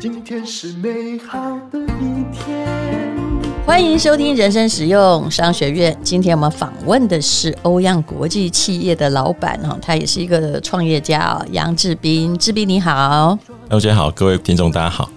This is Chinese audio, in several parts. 今天是美好的一天。欢迎收听《人生实用商学院》。今天我们访问的是欧漾国际企业的老板哈，他也是一个创业家哦，杨志斌。志斌你好，刘姐好，各位听众大家好，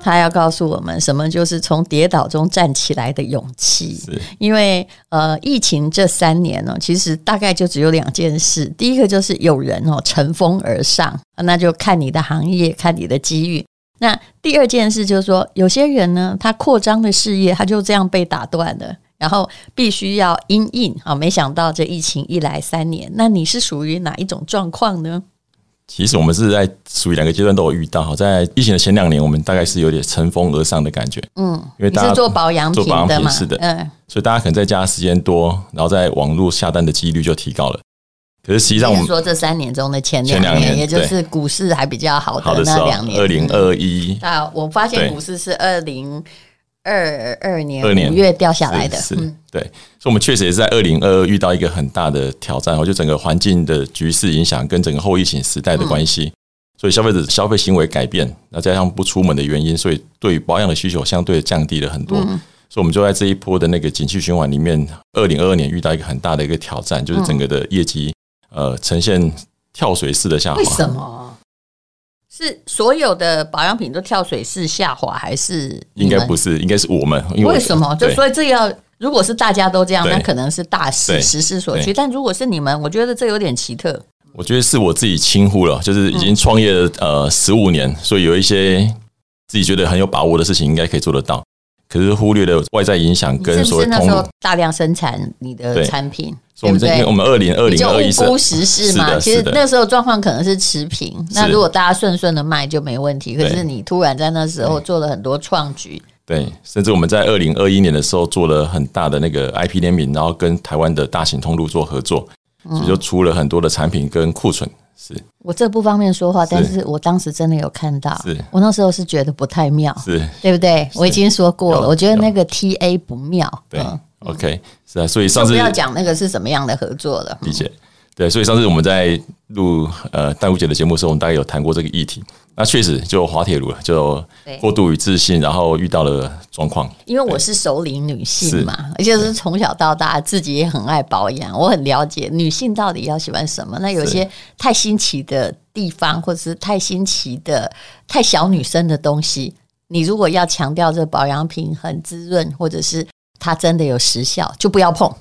他要告诉我们什么就是从跌倒中站起来的勇气。是因为呃，疫情这三年呢、其实大概就只有两件事。第一个就是有人哦乘风而上，啊那就看你的行业，看你的机遇。那第二件事就是说，有些人呢，他扩张的事业，他就这样被打断了，然后必须要因应啊。没想到这疫情一来三年，那你是属于哪一种状况呢？其实我们是在属于两个阶段都有遇到，哈，在疫情的前两年，我们大概是有点乘风而上的感觉，嗯，因为你大家是做保养品做保养的品嘛？是的嗯，所以大家可能在家时间多，然后在网络下单的几率就提高了。可是实际上我你是说们这三年中的前两前两年也就对是股市还比较好好的的时那候两，年，二零二一啊，我发现对股市是二零二二年二年五月掉下来的，嗯是是对，所以我们确实也是在二零二二遇到一个很大的挑战，哦，就整个环境的局势影响跟整个后疫情时代的关嗯系，所以消费者消费行为改变，那加上不出门的原因，所以对于保养的需求相对降低了很嗯多。所以，我们就在这一波的那个景气循环里面，二零二二年遇到一个很大的一个挑战，嗯就是整个的业绩呃呈现跳水式的下滑。为什么？是所有的保养品都跳水式下滑，还是应该不是？是，应该是我们。因为什么？就对所以这要，如果是大家都这样，对那可能是大势对时势所趋。对但如果是你们，我觉得这有点奇特。我觉得是我自己轻忽了，就是已经创业了嗯呃十五年，所以有一些自己觉得很有把握的事情，应该可以做得到，可是忽略了外在影响你是跟不所是谓那通时路。候大量生产你的对产品？所以我们对不这对我们二零二你零就二一无辜时事是嘛。的其实是的那时候状况可能是持平，那是如果大家顺顺的卖就没问题。可是你突然在那时候做了很多创举，对，甚至我们在二零二一年的时候做了很大的那个 IP 联名，然后跟台湾的大型通路做合作，嗯所以就出了很多的产品跟库存。是我这不方便说话，但是是我当时真的有看到是，我那时候是觉得不太妙，是，对不对？我已经说过了，有我觉得那个 TA 不妙，对、嗯 o k 是啊，所以就上不次要讲那个是什么样的合作了。嗯理解。对，所以上次我们在录呃戴茹姐的节目的时候，我们大概有谈过这个议题。那确实就滑铁卢了，就对过度与自信，然后遇到了状况。因为我是首领女性嘛，而且是从小到大自己也很爱保养，我很了解女性到底要喜欢什么。那有些太新奇的地方，或者是太新奇的、太小女生的东西，你如果要强调这保养品很滋润，或者是它真的有时效，就不要碰。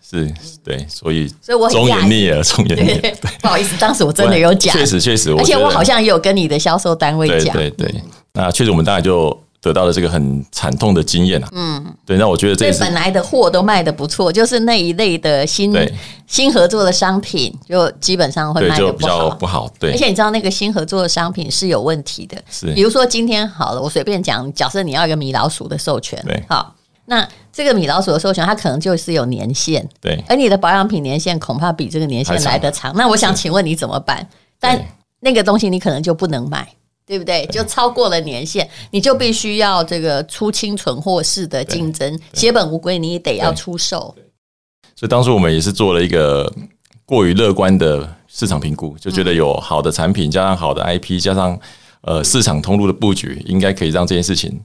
是、是，对，所以所以嗯我很忠讶言异逆耳，忠言逆耳。 对，不好意思，当时我真的有讲，确实确实，而且觉我得好像也有跟你的销售单位对讲，对对。那确实，我们大概就得到了这个很惨痛的经验啊。嗯，对。那我觉得这对也是本来的货都卖的不错，就是那一类的新对新合作的商品，就基本上会对卖就的比不较好。不好，对而，且你知道那个新合作的商品是有问题的，是比如说今天好了，我随便讲，假设你要一个米老鼠的授权对，好，那这个米老鼠的授权它可能就是有年限，对而你的保养品年限恐怕比这个年限来得长。那我想请问你怎么办？但那个东西你可能就不能买，对不对？就超过了年限，你就必须要这个出清存货式的竞争，血本无归，你也得要出售。所以当初我们也是做了一个过于乐观的市场评估，就觉得有好的产品，加上好的 IP，加上呃市场通路的布局，应该可以让这件事情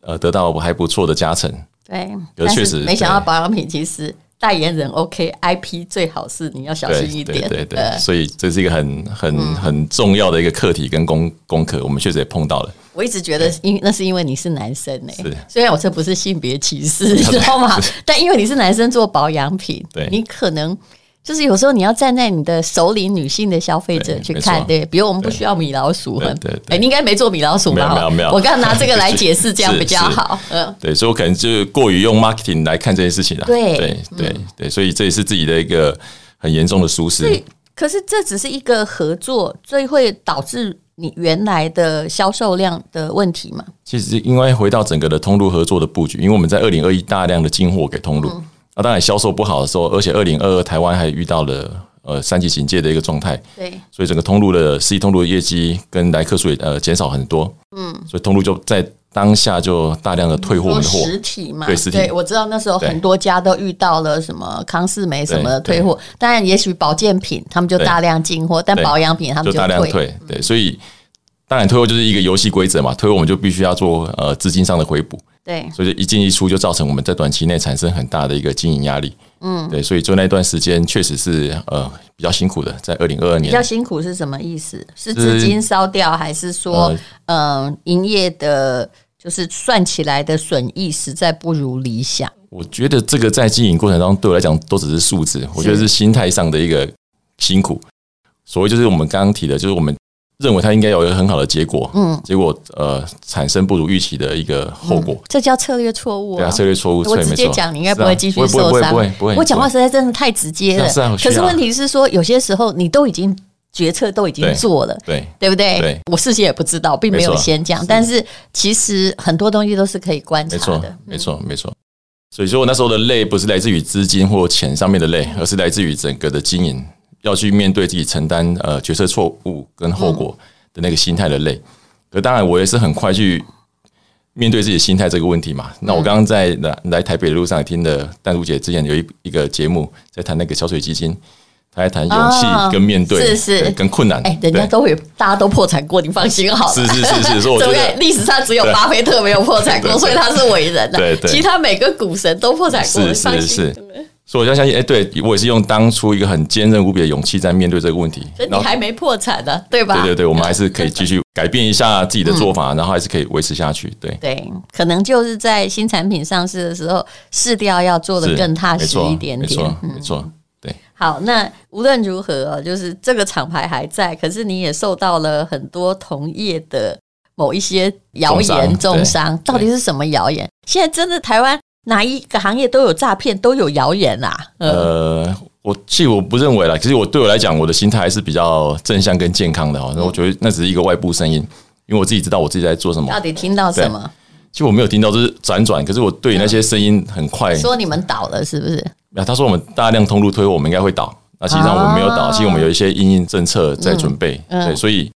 呃得到还不错的加成。对，有但是确实没想到对保养品其实代言人 OK，IP 最好是你要小对心一对点。嗯对对，呃所以这是一个很很很重要的一个课题跟功功课，我们确实也碰到了。我一直觉得，因那是因为你是男生呢、是虽然我这不是性别歧 视，你知道吗？但因为你是男生做保养品，对你可能就是有时候你要站在你的首领女性的消费者对去没看，错对，比如我们不需要米老鼠，对很对对哎、你应该没做米老鼠没有吧？没有没有我刚刚拿这个来解释，这样 是比较是好。嗯，对，所以我可能就是过于用 marketing 来看这件事情啊。对嗯对对对，所以这也是自己的一个很严重的疏失。对，可是这只是一个合作，所以会导致你原来的销售量的问题嘛？其实因为回到整个的通路合作的布局，因为我们在二零二一大量的进货给通嗯路，那、当然销售不好的时候，而且二零二二台湾还遇到了呃三级警戒的一个状态，对，所以整个通路的实际通路的业绩跟来客数也呃减少很多，嗯，所以通路就在当下就大量的退货说门货，嗯实体嘛，对实体我知道那时候很多家都遇到了什么康士美什么的对退货，当然也许保健品他们就对大量进货，但对保养品他们就就大量退。嗯退，对，所以当然退货就是一个游戏规则嘛，退货我们就必须要做呃资金上的回补，对，所以就一进一出就造成我们在短期内产生很大的一个经营压力，嗯，对，所以就那段时间确实是呃比较辛苦的，在二零二二比较年，辛苦是什么意思？是是呃资金烧掉，还是说嗯营业的，就是算起来的损益实在不如理想？我觉得这个在经营过程当中对我来讲都只是数字，我觉得是心态上的一个辛苦，所谓就是我们刚刚提的，就是我们认为它应该有一个很好的结果，嗯，结果呃产生不如预期的一个后果。这叫策略错误对啊，啊！策略错误，我对直没接错讲，你应该是不啊会继续不会受不会伤不会不会，我讲话不会实在真的太直接了。是啊是啊可是是啊问题是说，有些时候你都已经决策都已经对做了，对对不对？对我事先也不知道，并没有没错先讲，是但是其实很多东西都是可以观没察错的。嗯没错没错。所以说我那时候的累不是来自于资金或钱上面的累，而是来自于整个的经营，要去面对自己承担呃决策错误跟后果嗯的那个心态的累。可当然，我也是很快去面对自己的心态这个问题嘛。嗯那我刚刚在来来台北的路上也听了淡如姐之前有一一个节目在谈那个小水基金，她在谈勇气哦跟面对，是是对跟困难。哎、人家对都会，大家都破产过，你放心好了。是是是是， 所以我对觉不得对？历史上只有对巴菲特没有破产过，对对对所以他是伟人啊对对其他每个股神都破产过，是你放是心是对不对所以我就相信，哎、对我也是用当初一个很坚韧无比的勇气在面对这个问题。所以你还没破产呢、对吧？嗯对对对，我们还是可以继续改变一下自己的做法，然后还是可以维持下去。对，对，可能就是在新产品上市的时候，试调要做的是更踏没实错一点嗯没点错。，没错，对，好，那无论如何哦，就是这个厂牌还在，可是你也受到了很多同业的某一些谣言重伤重伤，对到底是什么谣言？现在真的台湾哪一个行业都有诈骗，都有谣言啊？呃，呃，我其实我不认为啦，其实我对我来讲，我的心态还是比较正向跟健康的嗯哈。那我觉得那只是一个外部声音，因为我自己知道我自己在做什么到。底听到什么？其实我没有听到，就是辗转，可是我对于那些声音很快。嗯说你们倒了是不是？那啊他说我们大量通路推，我们应该会倒。那其实际上我们没有倒，啊其实我们有一些因应政策在准备。嗯嗯对，所以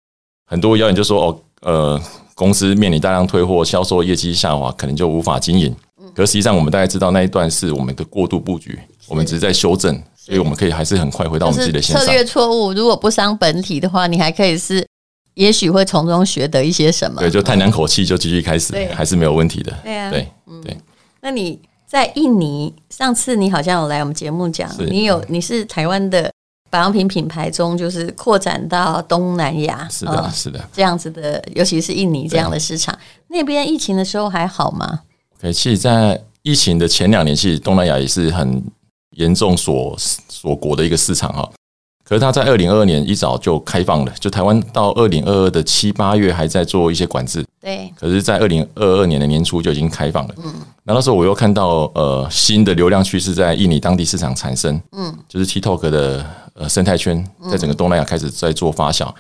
很多谣言就说哦，呃，公司面临大量退货，销售业绩下滑，可能就无法经营。嗯可实际上我们大概知道那一段是我们的过度布局，我们只是在修正，所以我们可以还是很快回到我就们自是己的线策上。略错误，如果不伤本体的话，你还可以是，也许会从中学得一些什么。对，就叹两口气就继续开始对，还是没有问题的。对啊对那你在印尼，上次你好像有来我们节目讲，是你有你是台湾的保养品品牌中，就是扩展到东南亚，是的，呃是的。这样子的，尤其是印尼这样的市场，那边疫情的时候还好吗？ OK，其实，在疫情的前两年，其实东南亚也是很严重锁锁国的一个市场哈。可是它在二零二二年一早就开放了，就台湾到二零二二的七八月还在做一些管制，对，可是，在二零二二年的年初就已经开放了。嗯，那那时候我又看到呃新的流量趋势在印尼当地市场产生，嗯，就是 TikTok 的呃生态圈在整个东南亚开始在做发酵。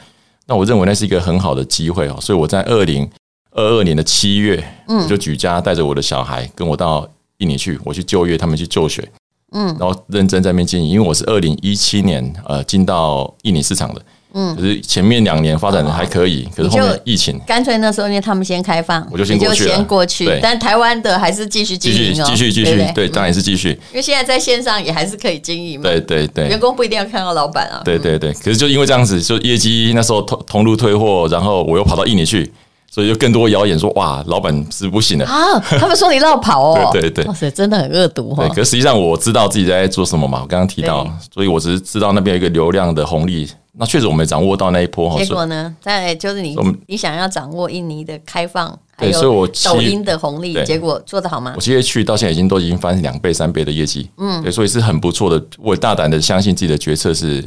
那我认为那是一个很好的机会哦，所以我在二零二二年的七月，嗯，就举家带着我的小孩跟我到印尼去，我去就业，他们去就学，嗯，然后认真在那边经营，因为我是二零一七年呃进到印尼市场的。嗯，可是前面两年发展的还可以，可是后你面就疫情，干脆那时候因为他们先开放，我就先过去你就了先过去对但台湾的还是继续经继续营哦，继续继对嗯不续，对，对，当然是继续，因为现在在线上也还是可以经营嘛，对对对员工不一定要看到老板啊，对对对。可是就因为这样子，就业绩那时候同同路退货，然后我又跑到印尼去，所以就更多谣言说哇，老板是不行的。啊，他们说你绕跑哦，对对对哇塞，真的很恶毒哦对，哈、可是实际上我知道自己在做什么嘛，我刚刚提到对，所以我只是知道那边有一个流量的红利，那确实我们掌握到那一波哈，结哦所以果呢？再就是你我们你想要掌握印尼的开放，还对有所以我其抖音的红利，对结果做得好吗我？现在去到现在已经都已经翻两倍三倍的业绩，嗯，对，所以是很不错的。我大胆的相信自己的决策是，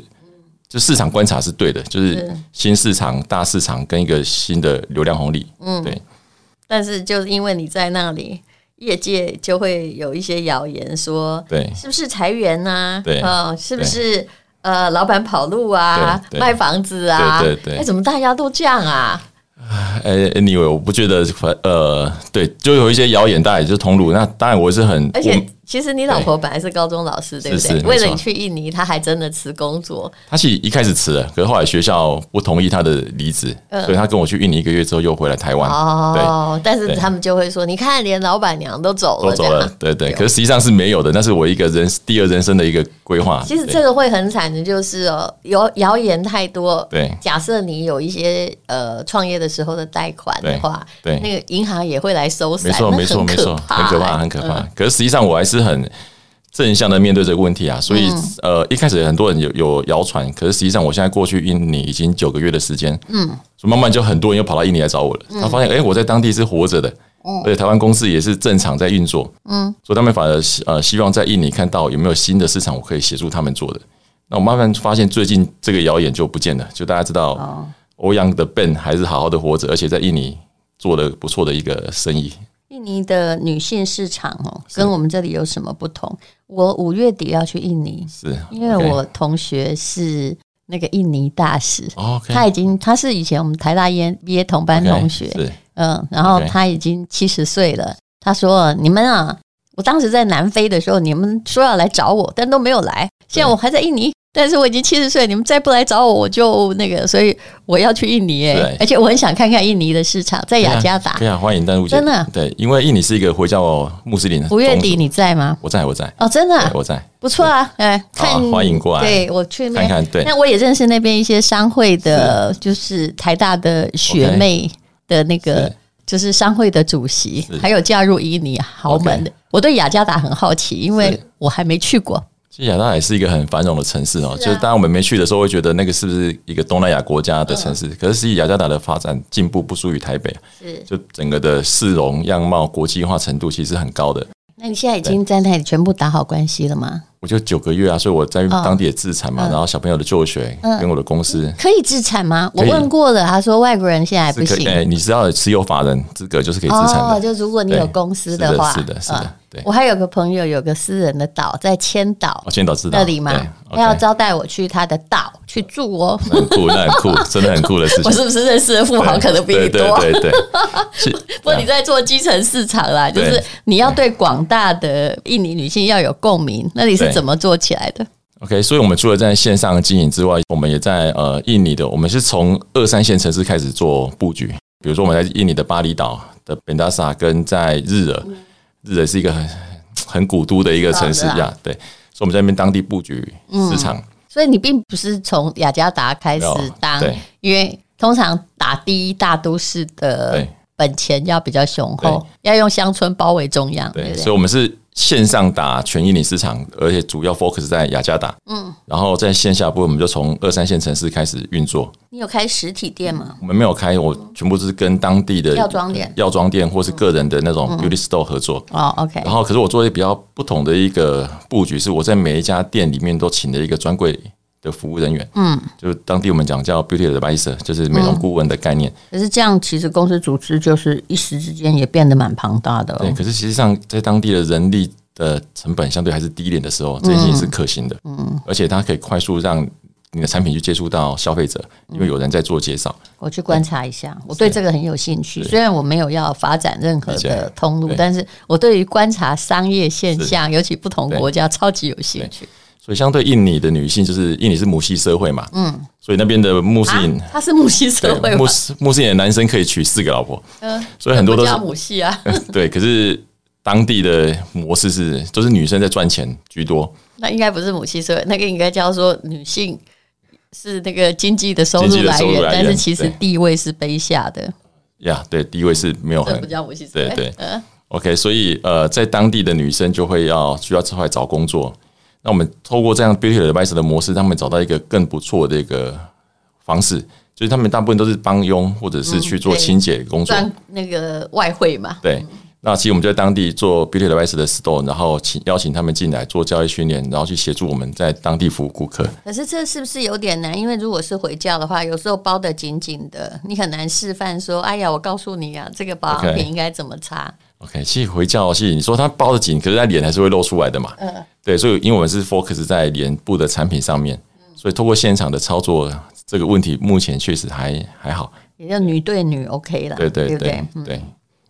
就市场观察是对的，就是是新市场、大市场跟一个新的流量红利，嗯，对。但是就是因为你在那里，业界就会有一些谣言说，对是不是裁员呐、啊？对嗯，是不是呃，老板跑路啊，对对卖房子啊？对对对哎，怎么大家都这样啊？呃，anyway，我不觉得，呃，对，就有一些谣言，大家也就是同路。那当然，我是很，而我且其实你老婆本来是高中老师，对不是对？是为了没错你去印尼，她还真的辞工作，他其实一开始辞了，可是后来学校不同意他的离职，嗯所以他跟我去印尼一个月之后又回来台湾。对。哦，但是对他们就会说，你看，连老板娘都走都了，走这了样，对对，有可是实际上是没有的，那是我一个人第二人生的一个规划。其实对这个会很惨的，就是哦，有谣言太多。对假设你有一些呃创业的时候的贷款的话，对对那个银行也会来收伞，没错，那没错，很没可错，怕很可怕，很可怕。嗯可是实际上我还是很正向的面对这个问题啊，所以、呃，一开始很多人有有谣传，可是实际上我现在过去印尼已经九个月的时间，嗯，所以慢慢就很多人又跑到印尼来找我了，他发现哎、诶我在当地是活着的。而且台湾公司也是正常在运作，嗯，所以他们反而希呃希望在印尼看到有没有新的市场，我可以协助他们做的。那我慢慢发现最近这个谣言就不见了，就大家知道欧阳的 Ben 还是好好的活着，而且在印尼做了不错的一个生意，印尼的女性市场哦，跟我们这里有什么不同？我五月底要去印尼，是，因为 OK 我同学是那个印尼大使，哦 OK，他已经他是以前我们台大研毕业同班 OK，同学，是嗯，然后 OK 他已经七十岁了。他说：“你们啊，我当时在南非的时候，你们说要来找我，但都没有来。现在对我还在印尼，但是我已经七十岁，你们再不来找我，我就那个，所以我要去印尼哎、对而且我很想看看印尼的市场，在雅加达对。啊，欢迎丹路姐，真的啊对，因为印尼是一个回教穆斯林的宗五族，月底你在吗？我在我在，哦，真的啊、对我在，不错啊，哎，好啊看欢迎过来对我去那看看对那我也认识那边一些商会的，就是台大的学妹的那个是，就是商会的主席是，还有嫁入伊尼豪门的。我对雅加达很好奇，因为是我还没去过。其实雅加达也是一个很繁荣的城市哦、是啊就是当然我们没去的时候会觉得那个是不是一个东南亚国家的城嗯市，可是实际雅加达的发展进步不输于台北，啊是，就整个的市容样貌、国际化程度其实很高的。那你现在已经在那里全部打好关系了吗？我就九个月啊，所以我在当地也自产嘛，然后小朋友的就学嗯跟我的公司可以自产吗？我可以问过了，他说外国人现在还是不可以，行。哎，你知道持有法人资格就是可以自产哦，的，就如果你有公司对话，是的是的是的嗯对我还有个朋友有个私人的岛在千岛我，先导知道那里嘛对，他要 OK 招待我去他的岛去住哦。那很酷，那很酷， 真的很酷的事情。我是不是认识的富豪可能比你对多？对对 对对，是啊不过你在做基层市场啦，就对是你要对广大的印尼女性要有共鸣，那你是对怎么做起来的？ OK，所以我们除了在线上经营之外，我们也在呃印尼的，我们是从二三线城市开始做布局。比如说我们在印尼的巴厘岛的本达萨，跟在日惹，嗯日惹是一个很很古都的一个城市知道知道呀，对，所以我们在那边当地布局嗯市场。所以你并不是从雅加达开始没有啊当对，因为通常打第一大都市的对本钱要比较雄厚，要用乡村包围中央，对对，不所以对？我们是线上打全印尼市场，而且主要 focus 在雅加达。嗯，然后在线下部分，我们就从二三线城市开始运作。你有开实体店吗？我们没有开，我全部都是跟当地的药妆店药妆店或嗯是个人的那种 beauty store 合作。哦，OK，然后，可是我做的比较不同的一个布局，是我在每一家店里面都请了一个专柜的服务人员，嗯，就是当地我们讲叫 beauty advisor，就是美容顾问的概念。可是这样其实公司组织就是一时之间也变得蛮庞大的、对，哦。可是实际上在当地的人力的成本相对还是低一点的时候，这件事情是可行的，嗯，而且它可以快速让你的产品去接触到消费者，因为有人在做介绍。我去观察一下，我对这个很有兴趣。虽然我没有要发展任何理的解通路，对但是我对于观察商业现象，尤其不同对国家，超级有兴趣。所以，相对印尼的女性，就是印尼是母系社会嘛，嗯，所以那边的穆斯啊林，，它是母系社会对吗穆？斯穆斯林的男生可以娶四个老婆，嗯，所以很多都不是叫母系啊。 对，可是当地的模式是，就是女生在赚钱居多，那应该不是母系社会，那个应该叫做女性是那个经济的收入经济的来收入源，来源但是其实对地位是卑下的，呀、对，地位是没有这很不叫母系社对会。对嗯 OK，所以呃，在当地的女生就会要需要出来找工作。那我们透过这样 beauty advice 的模式，他们找到一个更不错的一个方式，就是他们大部分都是帮佣或者是去做嗯对清洁工作，赚嗯那个外汇嘛，对，那其实我们就在当地做 Beauty Advice 的 store，然后请邀请他们进来做教育训练，然后去协助我们在当地服务顾客。可是这是不是有点难？因为如果是回教的话，有时候包的紧紧的，你很难示范说：“哎呀，我告诉你啊，这个保养 OK 品应该怎么擦。 OK，其实回教其实你说它包的紧，可是它脸还是会露出来的嘛。嗯对，所以因为我们是 focus 在脸部的产品上面，所以透过现场的操作，这个问题目前确实还还好。也就女对女嗯 OK 啦，对对不对？对对。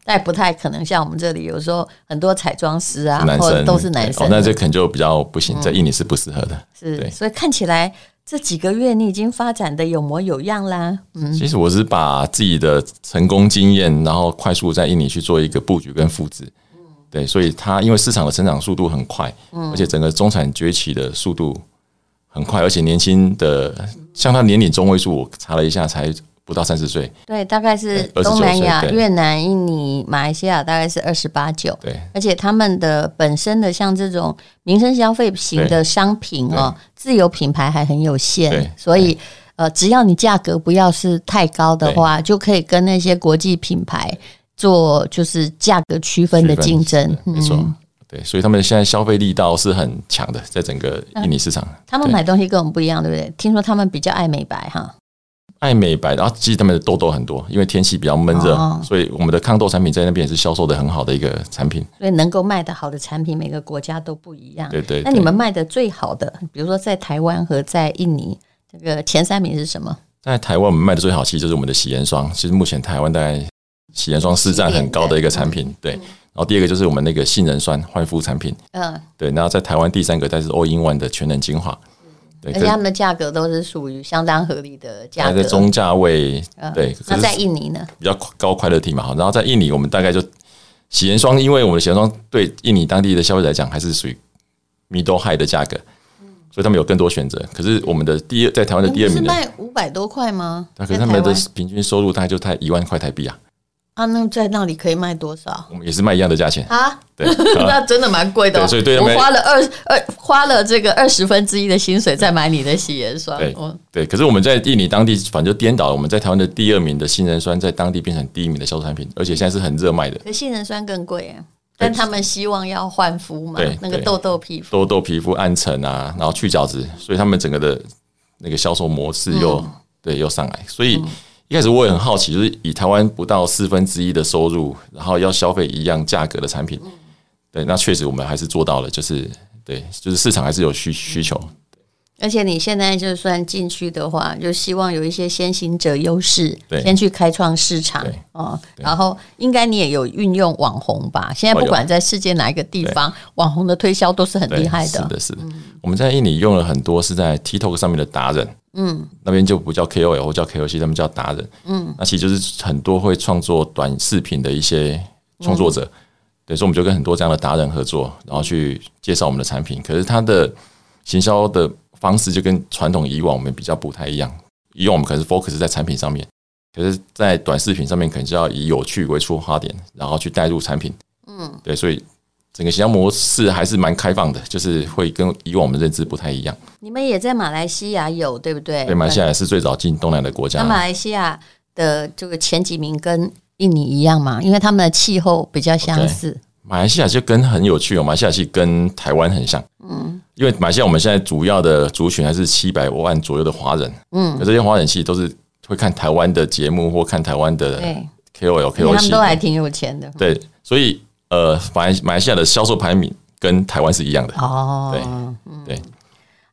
但不太可能像我们这里有时候很多彩妆师啊，男或者生都是男生嗯哦，，那这可能就比较不行，在印尼是不适合的。是，对所以看起来这几个月你已经发展的有模有样啦。嗯，其实我是把自己的成功经验，然后快速在印尼去做一个布局跟复制。嗯对，所以它因为市场的成长速度很快，而且整个中产崛起的速度很快，而且年轻的，像它年龄中位数，我查了一下，才不到三十岁。对，大概是对东南亚、 29岁对越南、印尼、马来西亚，大概是二十八九。对，而且他们的本身的像这种民生消费型的商品哦，自有品牌还很有限对，所以呃，只要你价格不要是太高的话，就可以跟那些国际品牌做就是价格区分的区分竞争嗯对。没错。对，所以他们现在消费力道是很强的，在整个嗯印尼市场。他们对买东西跟我们不一样，对不对？听说他们比较爱美白哈，爱美白，然后其实他们的痘痘很多，因为天气比较闷热哦，所以我们的抗痘产品在那边也是销售的很好的一个产品。所以能够卖得好的产品，每个国家都不一样。对对那对你们卖的最好的，比如说在台湾和在印尼，这个前三名是什么？在台湾我们卖的最好，其实就是我们的洗颜霜。其实目前台湾大概洗颜霜市占很高的一个产品。对，然后第二个就是我们那个杏仁酸焕肤产品。嗯、对，然后在台湾第三个才是 All in One 的全能精华。对，而可且是他们的价格都是属于相当合理的价还格。在中价位嗯，对，可那是在印尼呢？比较高快乐体嘛。然后在印尼，我们大概就洗颜霜，因为我们的洗颜霜对印尼当地的消费者来讲还是属于 middle high 的价格，嗯所以他们有更多选择。可是我们的第二，在台湾的第二不是名的，卖五百多块吗？那可在是台他湾们的平均收入大概就才一万块台币啊，啊，那在那里可以卖多少我们也是卖一样的价钱。啊？ 对，那真的蛮贵的哦、对所以对他我们花了二二花了这个二十分之一的薪水在买你的洗颜霜，对我对，可是我们在印尼当地反正就颠倒了，我们在台湾的第二名的杏仁酸在当地变成第一名的销售产品，而且现在是很热卖的。可杏仁酸更贵耶，但他们希望要焕肤嘛对，那个对痘痘皮肤。痘痘皮肤暗沉啊，然后去角质，所以他们整个的那个销售模式又、嗯对又上来。所以一开始我也很好奇，就是以台湾不到四分之一的收入，然后要消费一样价格的产品，嗯对，那确实我们还是做到了，就是对，就是市场还是有需需求。而且你现在就算进去的话，就希望有一些先行者优势，对先去开创市场对哦。然后应该你也有运用网红吧？现在哦不有管在世界哪一个地方，网红的推嗯销都是很对厉害是的，是的。我们在印尼用了很多是在 TikTok 上面的达人，嗯，那边就不叫 KOL 或叫 KOC，他们叫达人，嗯，那其实就是很多会创作短视频的一些创作者，对，所以我们就跟很多这样的达人合作，然后去介绍我们的产品。可是它的行销的方式就跟传统以往我们比较不太一样，以往我们可能是 focus 在产品上面。可是，在短视频上面，可能就要以有趣为出发点，然后去带入产品。嗯，对，所以整个形象模式还是蛮开放的，就是会跟以往我们认知不太一样。你们也在马来西亚有对不对？对，马来西亚是最早进东南亚的国那马家，来西亚的这个前几名跟印尼一样嘛？因为他们的气候比较相似。马来西亚就跟很有趣哦，马来西亚是跟台湾很像，嗯，因为马来西亚我们现在主要的族群还是七百万左右的华人，嗯，可这些华人其实都是会看台湾的节目或看台湾的对， KOL、因为他 KOC，们都还挺有钱的。对，所以呃，马来马来西亚的销售排名跟台湾是一样的，哦，对对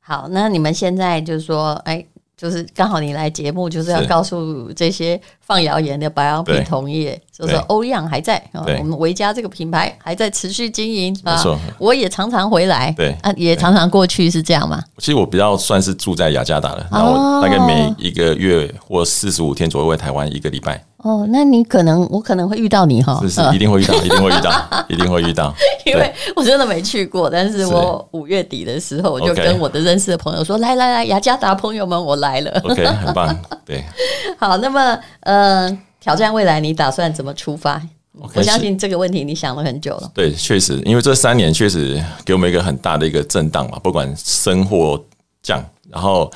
好，那你们现在就是说，哎，就是刚好你来节目，就是要是告诉这些放谣言的保养品对同业，就是对欧漾还在啊对，我们维嘉这个品牌还在持续经营啊没错，我也常常回来，对啊，也常常过去是这样嘛，其实我比较算是住在雅加达的，那哦我大概每一个月或四十五天左右回台湾一个礼拜，哦，那你可能我可能会遇到你哈，这是呃一定会遇到，一定会遇到，一定会遇到。因为我真的没去过，但是我五月底的时候，我就 OK 跟我的认识的朋友说，来来来，雅加达朋友们，我来了。 OK，很棒，对好，那么呃，挑战未来，你打算怎么出发？ ，OK，我相是信这个问题你想了很久了。对，确实，因为这三年确实给我们一个很大的一个震荡嘛，不管升或降，然后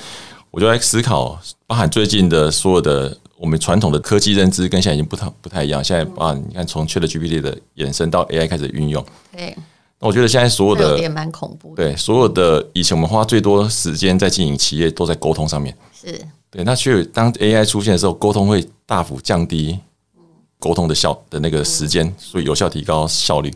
我就在思考，包含最近的所有的我们传统的科技认知跟现在已经不太不太一样，现在啊，你看从 ChatGPT 的延伸到 AI 开始运用，对，那我觉得现在所有这有的点蛮恐怖的。对，所有的以前我们花最多时间在经营企业都在沟通上面。是，对，那确实当 AI 出现的时候，沟通会大幅降低沟通的效的那个时间，嗯所以有效提高效率。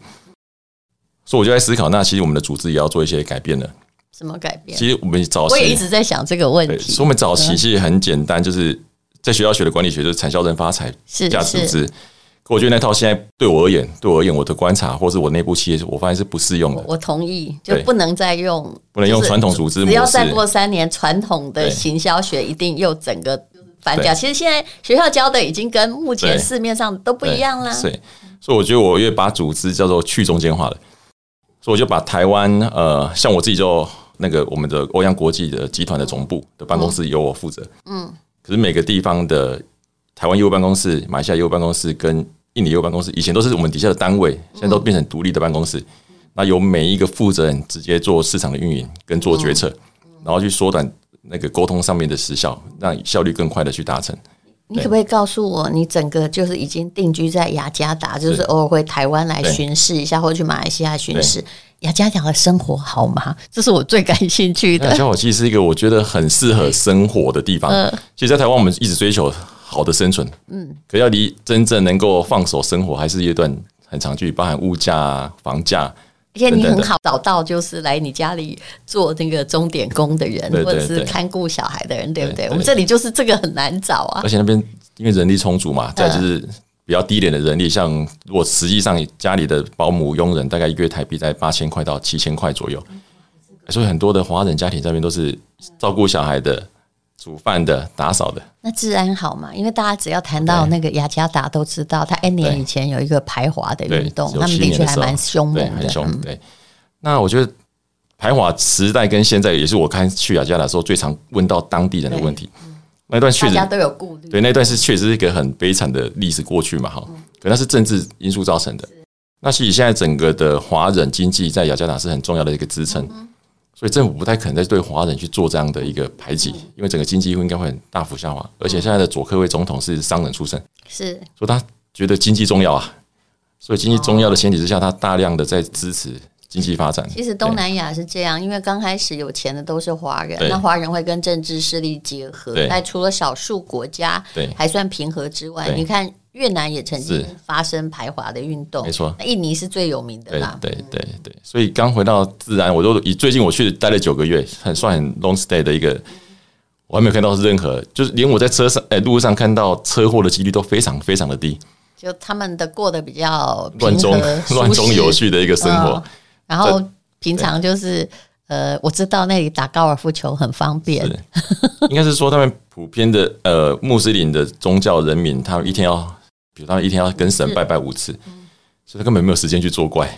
所以我就在思考，那其实我们的组织也要做一些改变了。什么改变？其实我们早我也一期，直在想这个问对，所以题我。们早期其实很简单，就是在学校学的管理学，就是产销人发财是价是值组织。我觉得那套现在对我而言，对我而言，我的观察或是我内部企业，我发现是不适用的。我同意，就对不能再用，不能用就是传统组织只要模式再过三年，传统的行销学一定又整个翻掉。对其实现在学校教的已经跟目前对市面上都不对一样啦。对，所以我觉得我越把组织叫做去中间化了，所以我就把台湾呃，像我自己就那个我们的欧阳国际的集团的总部的办公室由我负责，嗯，可是每个地方的台湾业务办公室、马来西亚业务办公室跟印尼业务办公室，以前都是我们底下的单位，现在都变成独立的办公室，那由每一个负责人直接做市场的运营跟做决策，然后去缩短那个沟通上面的时效，让效率更快的去达成。你可不可以告诉我，你整个就是已经定居在雅加达，就是偶尔回台湾来对巡视一下，或者去马来西亚巡视？雅加达的生活好吗？这是我最感兴趣 那的。小火鸡是一个我觉得很适合生活的地方。其实，在台湾我们一直追求好的生存，嗯，可要离真正能够放手生活，还是一段很长距离，包含物价啊、房价。而且你等等很的好找到，就是来你家里做那个钟点工的人，对对或者是对看顾小孩的人，对不对对？对我们这里就是这个很难找啊而。且那边因为人力充足嘛，再来就是比较低廉的人力，像如果实际上家里的保姆、佣人，大概一个月台币在八千块到七千块左右，哎所以很多的华人家庭这边都是照顾小孩的、煮饭的、打扫的。那治安好嘛？因为大家只要谈到那个雅加达，都知道他 N 年对以前有一个排华的对，运动，只有他们7的年确还时候蛮凶猛对，的嗯很。凶。对，那我觉得排华时代跟现在也是我看去雅加达的时候最常问到当地人的问题。那段确大实家都有顾虑。对，那段是确实是一个很悲惨的历史过去嘛，哈，可那是政治因素造成的。那其实现在整个的华人经济在雅加达是很重要的一个支嗯撑，所以政府不太可能再对华人去做这样的一个排挤，嗯因为整个经济应该会很大幅下滑。而且现在的佐科维总统是商人出身，是所以他觉得经济重要啊，所以经济重要的前提之下，他大量的在支持经济发展。其实东南亚是这样，因为刚开始有钱的都是华人，对那华人会跟政治势力结合。对但除了少数国家对还算平和之外，对你看越南也曾经是发生排华的运动，没错那印尼是啊最有名的对啦。对对对对，所以刚回到自然，我都以最近我去待了九个月，很算很 long stay 的一个，我还没有看到任何，就是连我在车上哎、路上看到车祸的几率都非常非常的低，就他们的过得比较乱平中和、舒乱中适有序的一个生活。嗯然后平常就是呃，我知道那里打高尔夫球很方便是，应该是说他们普遍的呃穆斯林的宗教人民，他们一天要，比如他们一天要跟神拜拜五次，嗯所以他根本没有时间去作怪。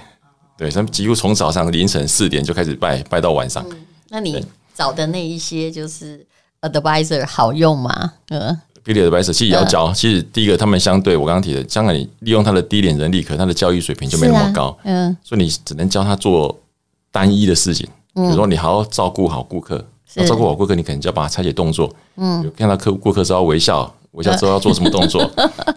对，他们几乎从早上凌晨四点就开始拜，拜到晚上。那你找的那一些就是 advisor 好用吗？嗯， b i l l y Advisor 其实也要教。其实第一个，他们相对我刚刚提的，香港你利用他的低廉人力，可他的教育水平就没那么高，是啊嗯，所以你只能教他做单一的事情。比如说，你还要照顾好顾客，要照顾好顾客，你可能就要把它拆解动作。嗯，看到客顾客之后要微笑，微笑之后要做什么动 作？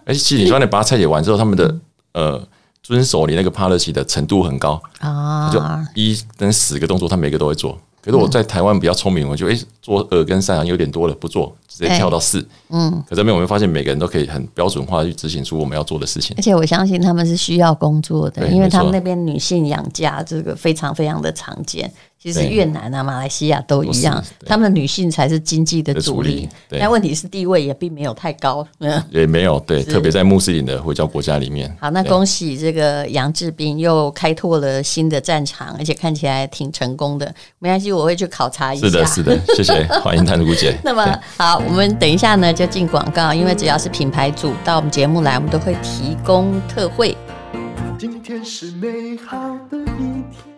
而且其实你发现把它拆解完之后，他们的呃遵守你那个 policy 的程度很高，啊，就一跟十个动作，他每个都会做。可是我在台湾比较聪明，我就诶、做二跟三好像有点多了，不做，直接跳到四。嗯，可这边我们发现每个人都可以很标准化地去执行出我们要做的事情而。且我相信他们是需要工作的，对因为他们没那错边女性养家这个非常非常的常见。其实对越南啊、马来西亚都一样都是，对他们的女性才是经济的的主主力力。对但问题是地位也并没有太高。嗯，也没有对，特别在穆斯林的回教国家里面，好，那对恭喜这个杨志斌又开拓了新的战场，而且看起来挺成功的。没关系，我会去考察一下。是 的，是的，谢谢，欢迎谭如姐。那么好，我们等一下呢就进广告，因为只要是品牌主到我们节目来，我们都会提供特惠。今天是美好的一天。